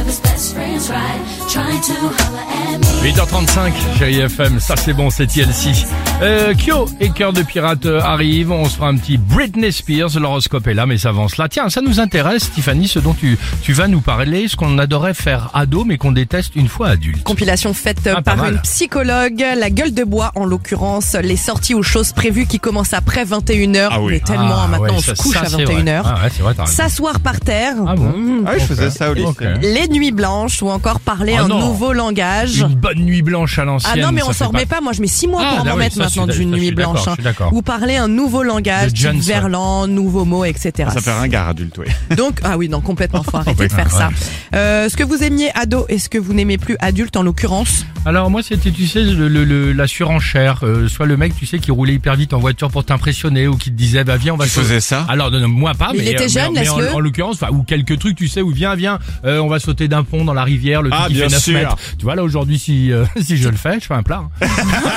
of his best friend's ride, trying to holler at me. 8h35, chérie FM, ça c'est bon, c'est TLC. Euh, Kyo et Cœur de Pirate euh, arrivent, on se fera un petit Britney Spears, l'horoscope est là, mais ça avance là. Tiens, ça nous intéresse, Tiffany, ce dont tu, tu vas nous parler, ce qu'on adorait faire ado, mais qu'on déteste une fois adulte. Compilation faite euh, Ah, pas par mal. une psychologue, la gueule de bois en l'occurrence, les sorties aux choses prévues qui commencent après 21h. Mais tellement Ah, maintenant ouais, on ça- se couche ça, à c'est vrai. 21h. Ah ouais, c'est vrai, t'as raison. S'asseoir par terre. Ah bon Ah oui, je faisais ça au lycée. Ok. Les nuits blanches ou encore parler Oh un non. nouveau langage. Une bonne nuit blanche à l'ancienne. Ah non mais ça on fait s'en remet pas. Moi je mets 6 mois Ah, pour bah m'en oui, mettre ça, je suis maintenant d'ac- d'une ça, je nuit suis d'accord, blanche. hein. je suis d'accord. Ou parler un nouveau langage, type Johnson. verlan, nouveaux mots, Ah, etc. Ça fait un gars adulte, oui. Donc, ah oui, non, complètement, faut arrêter de Ouais, faire ça. ouais. Euh, ce que vous aimiez ado et ce que vous n'aimez plus adulte en l'occurrence, Alors moi c'était tu sais le, le- le- la surenchère, Euh, soit le mec tu sais qui roulait hyper vite en voiture pour t'impressionner ou qui te disait bah viens on va Tu sauter. faisais ça Alors non, non, moi pas Il mais, était euh, jeune, mais, mais en, laisse-le. en l'occurrence enfin, ou quelques trucs tu sais où viens viens euh, on va sauter d'un pont dans la rivière le truc Ah, qui fait bien 9 sûr. mètres. Tu vois là aujourd'hui si euh, si je le fais je fais un plat. hein.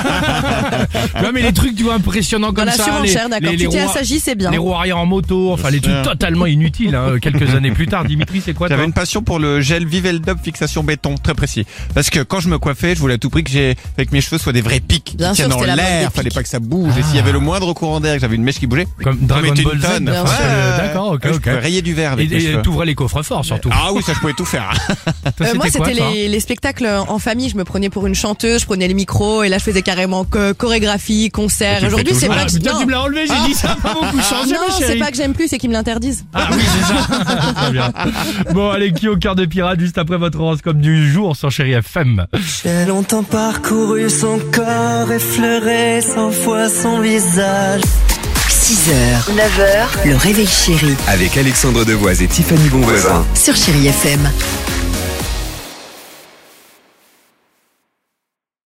tu vois mais les trucs tu vois impressionnants dans comme la ça surenchère, d'accord. les, Tu les, t'y roues- assagis, c'est bien. les roues arrière en moto enfin les trucs sûr. totalement inutiles hein, quelques années plus tard Dimitri c'est quoi toi J'avais une passion pour le gel Viveldop fixation béton, très précis. Parce que quand je me coiffais, je voulais à tout prix que j'ai, fait que mes cheveux soient des vrais pics. Bien qui sûr, tiennent en c'était la mode des l'air, pics. fallait pas que ça bouge. Et s'il y avait le moindre courant d'air, et que j'avais une mèche qui bougeait, Ah. Comme j'en Dragon mettais une Ball Z, tonne. bien sûr. Ouais. Ah, D'accord, ok, Je ok. pouvais rayer du verre Et, avec mes et cheveux. t'ouvrais les coffres forts surtout. Ah oui, ça je pouvais tout faire. Toi, Euh, moi, quoi, c'était toi les, les spectacles en famille. Je me prenais pour une chanteuse, je prenais les micros et là, je faisais carrément que chorégraphie, concert. fais Aujourd'hui, c'est toujours. vrai Ah, que putain, tu me l'as enlevé, j'ai dit ça a pas beaucoup changé, non, ma c'est chérie. pas que j'aime plus, c'est qu'ils me l'interdisent. Ah oui, c'est ça. Très bien. Bon, allez, qui au cœur de pirate juste après votre horoscope du jour sur Chéri FM. J'ai longtemps parcouru son corps, effleuré cent fois son visage. 6h, 9h, le réveil chéri Avec Alexandre Devoise et Tiffany Bonvoisin. sur Chérie FM.